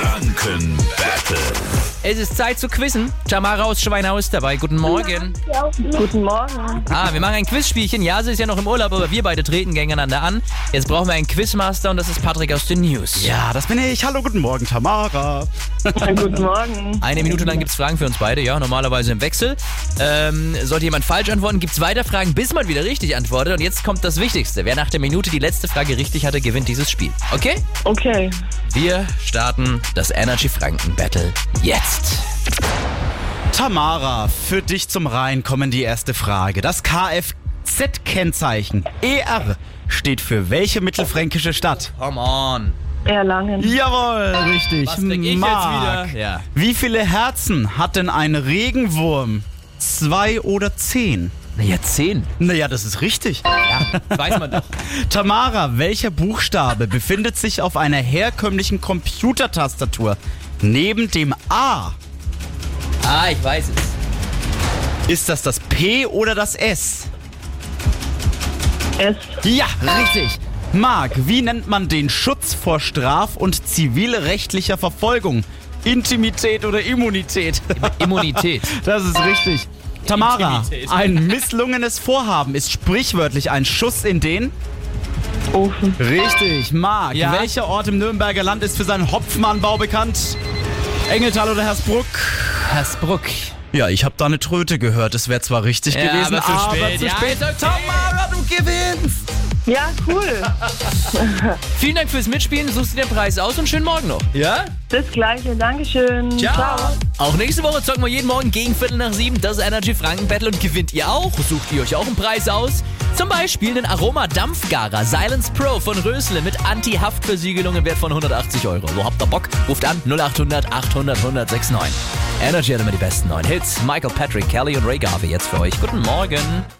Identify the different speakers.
Speaker 1: Franken Battle.
Speaker 2: Es ist Zeit zu quizzen. Tamara aus Schweinau ist dabei. Guten Morgen.
Speaker 3: Guten Morgen.
Speaker 2: Ah, wir machen ein Quizspielchen. Ja, sie ist ja noch im Urlaub, aber wir beide treten gegeneinander an. Jetzt brauchen wir einen Quizmaster und das ist Patrick aus den News.
Speaker 4: Ja, das bin ich. Hallo, guten Morgen, Tamara.
Speaker 3: Guten Morgen.
Speaker 2: Eine Minute lang gibt es Fragen für uns beide, ja, normalerweise im Wechsel. Ähm, sollte jemand falsch antworten, gibt es weiter Fragen, bis man wieder richtig antwortet. Und jetzt kommt das Wichtigste. Wer nach der Minute die letzte Frage richtig hatte, gewinnt dieses Spiel. Okay?
Speaker 3: Okay.
Speaker 2: Wir starten das Energy Franken Battle jetzt.
Speaker 4: Tamara, für dich zum Reinkommen die erste Frage. Das Kfz-Kennzeichen ER E steht für welche mittelfränkische Stadt?
Speaker 2: Come on.
Speaker 3: Erlangen.
Speaker 4: Jawohl, richtig.
Speaker 2: Was krieg ich jetzt
Speaker 4: Mark.
Speaker 2: wieder? Ja.
Speaker 4: Wie viele Herzen hat denn ein Regenwurm? Zwei oder zehn?
Speaker 2: Naja, 10.
Speaker 4: Naja, das ist richtig.
Speaker 2: Ja, das weiß man doch.
Speaker 4: Tamara, welcher Buchstabe befindet sich auf einer herkömmlichen Computertastatur? Neben dem A.
Speaker 2: Ah, ich weiß es.
Speaker 4: Ist das das P oder das S?
Speaker 3: S.
Speaker 4: Ja, richtig. Marc, wie nennt man den Schutz vor Straf- und zivilrechtlicher Verfolgung? Intimität oder Immunität?
Speaker 2: Immunität.
Speaker 4: Das ist richtig. Tamara,
Speaker 2: Intimität.
Speaker 4: ein misslungenes Vorhaben ist sprichwörtlich ein Schuss in den.
Speaker 3: Ofen.
Speaker 4: Richtig, Marc.
Speaker 2: Ja.
Speaker 4: Welcher Ort im Nürnberger Land ist für seinen Hopfmannbau bekannt? Engeltal oder Hersbruck?
Speaker 2: Hersbruck.
Speaker 4: Ja, ich habe da eine Tröte gehört. Es wäre zwar richtig
Speaker 2: Ja,
Speaker 4: gewesen,
Speaker 2: aber zu spät.
Speaker 4: zu
Speaker 2: Ja,
Speaker 4: spät.
Speaker 2: ist okay.
Speaker 4: Tamara, du gewinnst!
Speaker 3: Ja, cool.
Speaker 2: Vielen Dank fürs Mitspielen. Suchst dir den Preis aus und schönen Morgen noch.
Speaker 4: Ja?
Speaker 3: Das gleiche. Dankeschön. Ciao.
Speaker 2: Auch nächste Woche zocken wir jeden Morgen gegen Viertel nach sieben das Energy Franken Battle und gewinnt ihr auch. Sucht ihr euch auch einen Preis aus? Zum Beispiel den Aroma Dampfgarer Silence Pro von Rösle mit Anti-Haftversiegelung im Wert von 180 Euro. Wo habt ihr Bock? Ruft an 0800 800 1069. Energy hat immer die besten neuen Hits. Michael Patrick, Kelly und Ray Garvey jetzt für euch. Guten Morgen.